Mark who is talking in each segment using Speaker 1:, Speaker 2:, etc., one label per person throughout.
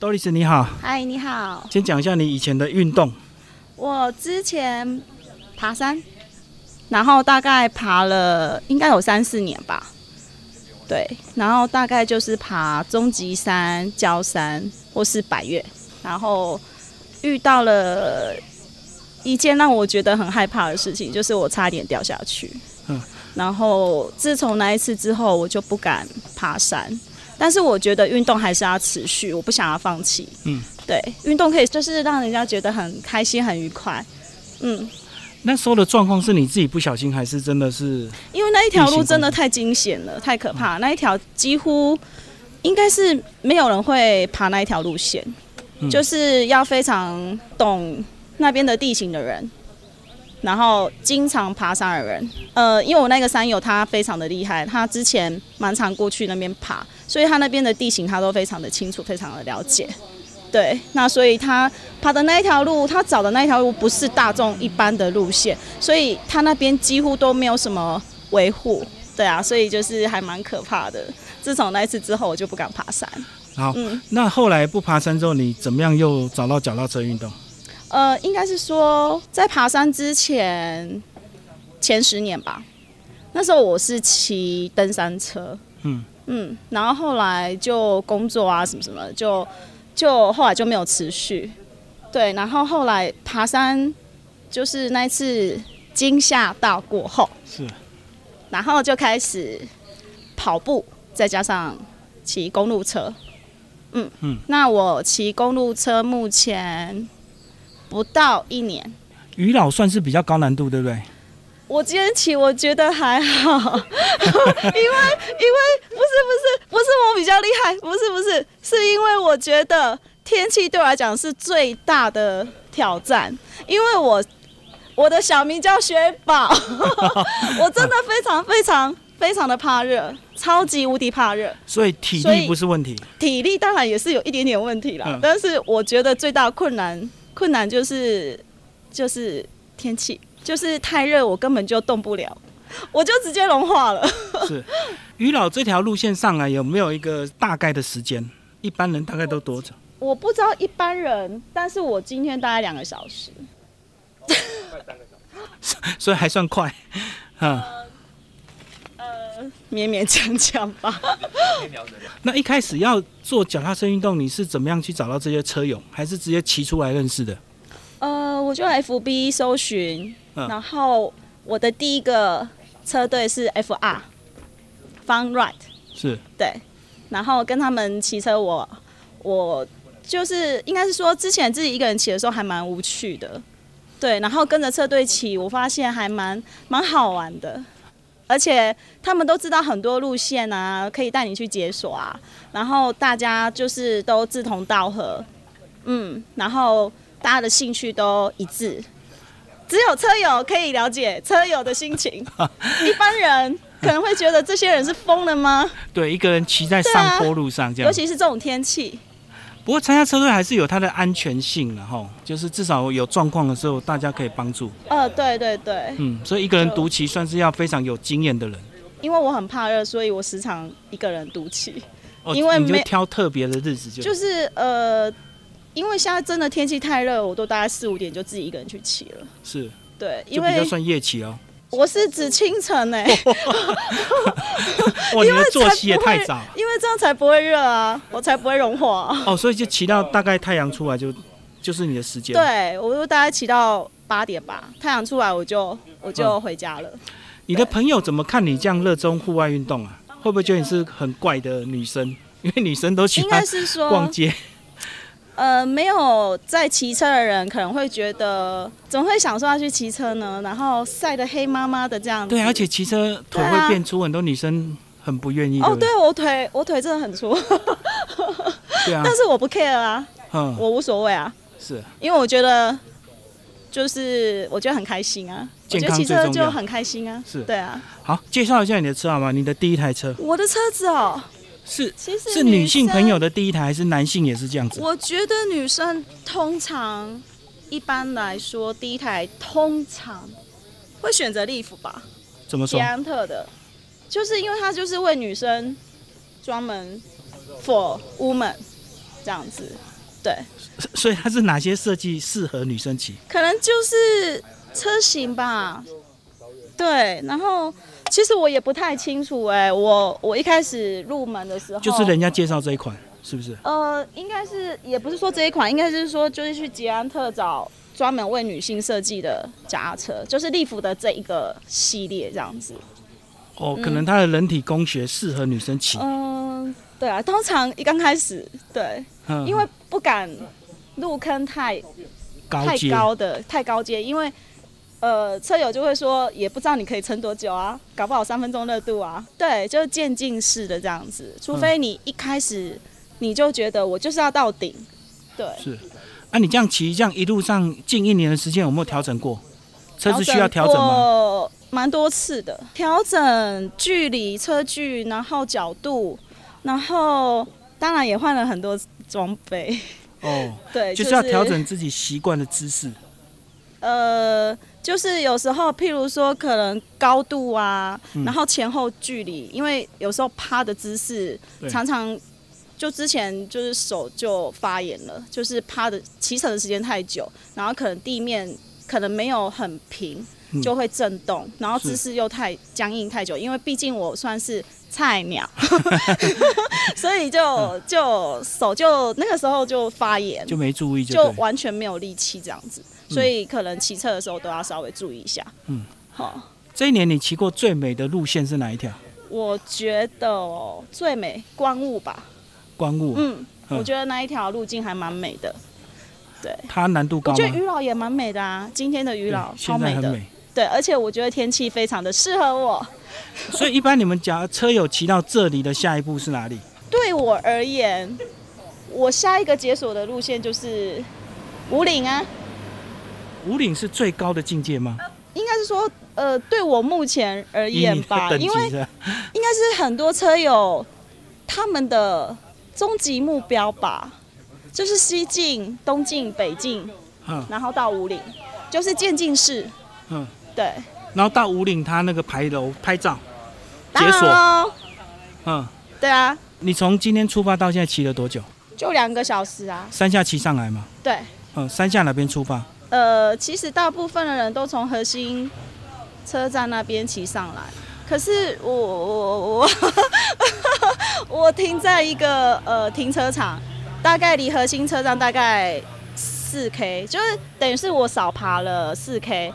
Speaker 1: Doris 你好，
Speaker 2: 嗨，你好，
Speaker 1: 先讲一下你以前的运动，
Speaker 2: 我之前爬山，然后大概爬了应该有三四年吧，对，然后大概就是爬终极山、焦山或是百越，然后遇到了一件让我觉得很害怕的事情，就是我差点掉下去。
Speaker 1: 嗯，
Speaker 2: 然后自从那一次之后，我就不敢爬山。但是我觉得运动还是要持续，我不想要放弃。
Speaker 1: 嗯，
Speaker 2: 对，运动可以就是让人家觉得很开心、很愉快。嗯，
Speaker 1: 那时候的状况是你自己不小心，还是真的是
Speaker 2: 因为那一条路真的太惊险了，太可怕。那一条几乎应该是没有人会爬那一条路线，
Speaker 1: 嗯
Speaker 2: 就是要非常懂那边的地形的人，然后经常爬山的人。呃，因为我那个山友他非常的厉害，他之前蛮常过去那边爬，所以他那边的地形他都非常的清楚，非常的了解。对，那所以他爬的那一条路，他找的那一条路不是大众一般的路线，所以他那边几乎都没有什么维护，对啊，所以就是还蛮可怕的。自从那一次之后，我就不敢爬山。
Speaker 1: 好？
Speaker 2: 嗯，
Speaker 1: 那后来不爬山之后，你怎么样又找到脚踏车运动？
Speaker 2: 呃，应该是说在爬山之前前十年吧，那时候我是骑登山车，
Speaker 1: 嗯
Speaker 2: 嗯，然后后来就工作啊什么什么的，就就后来就没有持续，对，然后后来爬山就是那一次惊吓到过后，
Speaker 1: 是
Speaker 2: 然后就开始跑步，再加上骑公路车。嗯
Speaker 1: 嗯，
Speaker 2: 那我骑公路车目前不到一年。
Speaker 1: 于老算是比较高难度，对不对？
Speaker 2: 我今天骑，我觉得还好， 因为因为不是不是不是我比较厉害，不是不是，是因为我觉得天气对我来讲是最大的挑战，因为我我的小名叫雪宝，我真的非常非常非常的怕热，超级无敌怕热，
Speaker 1: 所以体
Speaker 2: 所
Speaker 1: 力
Speaker 2: 以
Speaker 1: 不是问题。
Speaker 2: 体力当然也是有一点点问题啦，
Speaker 1: 嗯
Speaker 2: 但是我觉得最大的困难困难就是就是天气，就是太热，我根本就动不了，我就直接融化了。
Speaker 1: 是于老这条路线上啊来有没有一个大概的时间？一般人大概都多久？
Speaker 2: 我不知道一般人，但是我今天大概两个小时，
Speaker 1: 所以还算快。 嗯，
Speaker 2: 呃勉勉强强吧。
Speaker 1: 那一开始要做脚踏车运动，你是怎么样去找到这些车友？还是直接骑出来认识的？
Speaker 2: 呃，我就 FB 搜寻，
Speaker 1: 嗯
Speaker 2: 然后我的第一个车队是 FR Fun Ride。
Speaker 1: 是
Speaker 2: 对，然后跟他们骑车我，我就是应该是说之前自己一个人骑的时候还蛮无趣的，对，然后跟着车队骑，我发现还蛮蛮好玩的，而且他们都知道很多路线啊，可以带你去解锁啊，然后大家就是都志同道合，嗯，然后大家的兴趣都一致。只有车友可以了解车友的心情，一般人可能会觉得这些人是疯了吗？
Speaker 1: 对，一个人骑在上坡路上这样
Speaker 2: 尤。其是这种天气，
Speaker 1: 不过参加车队还是有它的安全性的哈，就是至少有状况的时候大家可以帮助。
Speaker 2: 呃，对对对，
Speaker 1: 嗯，所以一个人独骑算是要非常有经验的人。
Speaker 2: 因为我很怕热，所以我时常一个人独骑，
Speaker 1: 哦
Speaker 2: 因为
Speaker 1: 你就
Speaker 2: 没
Speaker 1: 挑特别的日子就。
Speaker 2: 就是呃，因为现在真的天气太热，我都大概四五点就自己一个人去骑了。
Speaker 1: 是，
Speaker 2: 对，因
Speaker 1: 就比较
Speaker 2: 为
Speaker 1: 算哦夜骑 哦。
Speaker 2: 我是指清晨哎、
Speaker 1: 哇，你的
Speaker 2: 才
Speaker 1: 作息也
Speaker 2: 不
Speaker 1: 太
Speaker 2: 会
Speaker 1: 早
Speaker 2: 因为这样才不会热啊，我才不会融化啊、
Speaker 1: 哦，所以就骑到大概太阳出来就就是你的时间。，
Speaker 2: 对，我就大概骑到八点吧，太阳出来我就我就回家
Speaker 1: 嗯
Speaker 2: 了。
Speaker 1: 你的朋友怎么看你这样热衷户外运动啊？会不会觉得你是很怪的女生？ 因为女生都喜
Speaker 2: 应该
Speaker 1: 欢
Speaker 2: 是说
Speaker 1: 逛街，
Speaker 2: 呃，没有在骑车的人可能会觉得，怎么会想说要去骑车呢？然后晒得黑麻麻的这样子。
Speaker 1: 对，而且骑车腿
Speaker 2: 对
Speaker 1: 会
Speaker 2: 啊
Speaker 1: 变粗，很多女生很不愿意。
Speaker 2: 哦，
Speaker 1: 对
Speaker 2: 对我腿，我腿真的很 粗，
Speaker 1: 不对，对啊，
Speaker 2: 但是我不 care 啊，
Speaker 1: 嗯，
Speaker 2: 我无所谓啊，
Speaker 1: 是。
Speaker 2: 因为我觉得就是我觉得很开心啊，我
Speaker 1: 健
Speaker 2: 觉
Speaker 1: 康
Speaker 2: 得骑
Speaker 1: 最
Speaker 2: 车
Speaker 1: 重
Speaker 2: 就
Speaker 1: 要
Speaker 2: 很开心啊，
Speaker 1: 是
Speaker 2: 对啊。
Speaker 1: 好，介绍一下你的车好吗？你的第一台车
Speaker 2: 我的车子哦，
Speaker 1: 是
Speaker 2: 其实
Speaker 1: 是女性
Speaker 2: 生
Speaker 1: 朋友，的第一台，还是男性也是这样子？
Speaker 2: 我觉得女生通常一般来说第一台通常会选择利福吧。
Speaker 1: 怎么说
Speaker 2: 捷？安特的，就是因为它就是为女生专门 for woman 这样子，对，
Speaker 1: 所所以它是哪些设计适合女生骑？
Speaker 2: 可能就是车型吧。对，然后其实我也不太清楚哎、我我一开始入门的时候
Speaker 1: 就是人家介绍这一款，是不是？
Speaker 2: 呃，应该是也不是说这一款，应该是说就是去捷安特找专门为女性设计的脚踏车，就是利福的这一个系列这样子。
Speaker 1: 哦，可能它的人体工学适合女生骑，
Speaker 2: 嗯，对啊，通常一刚开始对，
Speaker 1: 嗯，
Speaker 2: 因为不敢入坑太
Speaker 1: 高
Speaker 2: 太
Speaker 1: 阶，
Speaker 2: 高的太高阶，因为呃车友就会说也不知道你可以撑多久啊，搞不好三分钟热度啊。对，就是渐进式的这样子，除
Speaker 1: 嗯
Speaker 2: 非你一开始你就觉得我就是要到顶，对，
Speaker 1: 是。啊，你这样骑，这样一路上近一年的时间有没有调整过？车子需要调整吗？
Speaker 2: 过蛮多次的，调整距离、车距，然后角度，然后当然也换了很多装备。
Speaker 1: 哦，
Speaker 2: 对，
Speaker 1: 就是要调整自己习惯的姿势。
Speaker 2: 呃，就是有时候，譬如说，可能高度啊，
Speaker 1: 嗯
Speaker 2: 然后前后距离，因为有时候趴的姿势
Speaker 1: 对
Speaker 2: 常常就之前就是手就发炎了，就是趴的骑乘的时间太久，然后可能地面可能没有很平
Speaker 1: 嗯，
Speaker 2: 就会震动，然后
Speaker 1: 是
Speaker 2: 姿势又太僵硬太久，因为毕竟我算是 菜鸟， 所以就就手就那个时候就发炎，
Speaker 1: 就没注意就
Speaker 2: 就
Speaker 1: 对。
Speaker 2: 完全没有力气这样子，所以可能骑车的时候都要稍微注意一下。
Speaker 1: 嗯，
Speaker 2: 好，
Speaker 1: 这一年你骑过最美的路线是哪一条？
Speaker 2: 我觉得哦最美光雾吧，
Speaker 1: 光雾，
Speaker 2: 嗯，
Speaker 1: 嗯
Speaker 2: 我觉得那一条路径还蛮美的。对，
Speaker 1: 它难度
Speaker 2: 我
Speaker 1: 高
Speaker 2: 觉
Speaker 1: 吗
Speaker 2: 得？鱼老也蛮美的啊，今天的鱼老
Speaker 1: 对
Speaker 2: 超
Speaker 1: 现
Speaker 2: 美
Speaker 1: 在很
Speaker 2: 的，
Speaker 1: 美。
Speaker 2: 对，而且我觉得天气非常的适合我。
Speaker 1: 所以一般你们讲车友骑到这里的下一步是哪里？
Speaker 2: 对我而言，我下一个解锁的路线就是五岭啊，
Speaker 1: 五岭是最高的境界吗？
Speaker 2: 应该是说，呃，对我目前而
Speaker 1: 以
Speaker 2: 言
Speaker 1: 你的
Speaker 2: 吧，
Speaker 1: 等
Speaker 2: 因为
Speaker 1: 级是吧
Speaker 2: 应该是很多车友他们的终极目标吧，就是西进、东进、北进，
Speaker 1: 嗯
Speaker 2: 然后到五岭，就是渐进式。
Speaker 1: 嗯，
Speaker 2: 对，
Speaker 1: 然后到五岭它那个牌楼拍照，
Speaker 2: 当
Speaker 1: 解
Speaker 2: 然
Speaker 1: 锁
Speaker 2: 喽，
Speaker 1: 嗯，
Speaker 2: 对啊，
Speaker 1: 你从今天出发到现在骑了多久？
Speaker 2: 就两个小时啊。
Speaker 1: 山下骑上来吗？
Speaker 2: 对，
Speaker 1: 嗯，山下哪边出发？
Speaker 2: 呃，其实大部分的人都从核心车站那边骑上来，可是我我我我我 停在一个呃停车场，大概离核心车站大概四 K，就是等于是我少爬了四 K。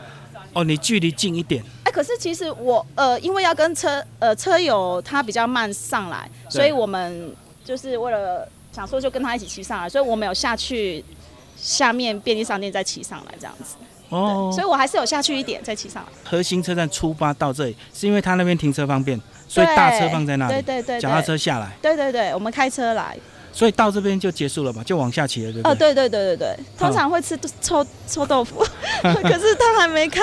Speaker 1: 哦，你距离近一点，
Speaker 2: 哎、可是其实我呃，因为要跟车呃车友他比较慢上来，所以我们就是为了想说就跟他一起骑上来，所以我们有下去下面便利商店再骑上来这样子。
Speaker 1: 哦
Speaker 2: 对，，所以我还是有下去一点再骑上来。
Speaker 1: 核心车站出发到这里，是因为它那边停车方便，所以大车放在那
Speaker 2: 对
Speaker 1: 里，
Speaker 2: 对对，对
Speaker 1: 脚踏。车下来，
Speaker 2: 对对对，我们开车来。
Speaker 1: 所以到这边就结束了嘛，就往下骑了，对不
Speaker 2: 哦，
Speaker 1: 对？
Speaker 2: 对对对对对，通常会吃臭臭豆腐， 可是他还没开，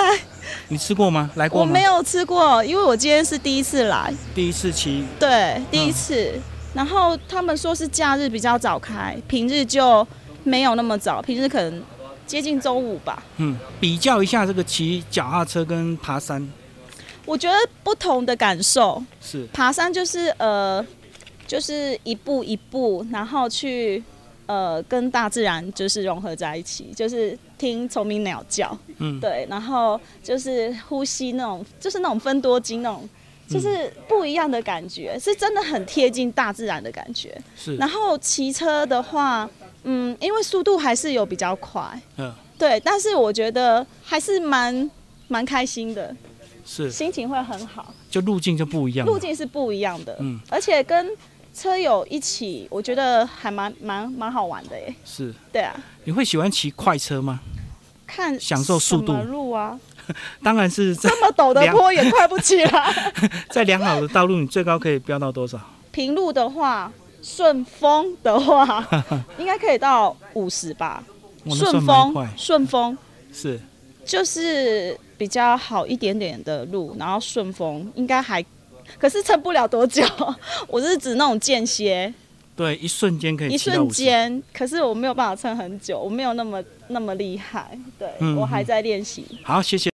Speaker 1: 你吃过吗？来过
Speaker 2: 我
Speaker 1: 吗？
Speaker 2: 没有吃过，因为我今天是第一次来，
Speaker 1: 第一次骑，
Speaker 2: 对，第一次。
Speaker 1: 嗯
Speaker 2: 然后他们说是假日比较早开，平日就没有那么早，平日可能接近周五吧。
Speaker 1: 嗯，比较一下这个骑脚踏车跟爬山
Speaker 2: 我觉得不同的感受，
Speaker 1: 是
Speaker 2: 爬山就是呃，就是一步一步，然后去呃跟大自然就是融合在一起，就是听虫鸣鸟叫，
Speaker 1: 嗯
Speaker 2: 对，然后就是呼吸那种，就是那种分多精那种，就是不一样的感觉，是真的很贴近大自然的感觉。
Speaker 1: 是，
Speaker 2: 然后骑车的话，嗯，因为速度还是有比较快，
Speaker 1: 嗯
Speaker 2: 对，但是我觉得还是蛮蛮开心的，
Speaker 1: 是，
Speaker 2: 心情会很好。
Speaker 1: 就路径就不一样了，
Speaker 2: 路径是不一样的，
Speaker 1: 嗯
Speaker 2: 而且跟车友一起，我觉得还蛮蛮蛮好玩的耶。
Speaker 1: 是。
Speaker 2: 对啊，
Speaker 1: 你会喜欢骑快车吗？
Speaker 2: 看
Speaker 1: 享受速度
Speaker 2: 什么路啊，
Speaker 1: 当然是在
Speaker 2: 这么陡的坡也快不起来。
Speaker 1: 在良好的道路，你最高可以飙到多少？
Speaker 2: 平路的话，顺风 的话，应该可以到五十吧。
Speaker 1: 我那算
Speaker 2: 顺
Speaker 1: 蛮
Speaker 2: 风
Speaker 1: 快，，
Speaker 2: 顺风
Speaker 1: 是
Speaker 2: 就是比较好一点点的路，然后顺风应该还，可是撑不了多久。 我是指那种间歇，
Speaker 1: 对，一瞬间可以
Speaker 2: 一
Speaker 1: 骑到
Speaker 2: 瞬
Speaker 1: 五十。
Speaker 2: 间，可是我没有办法撑很久，我没有那么那么厉害，对、
Speaker 1: 嗯
Speaker 2: 我还在练习。
Speaker 1: 好，谢谢。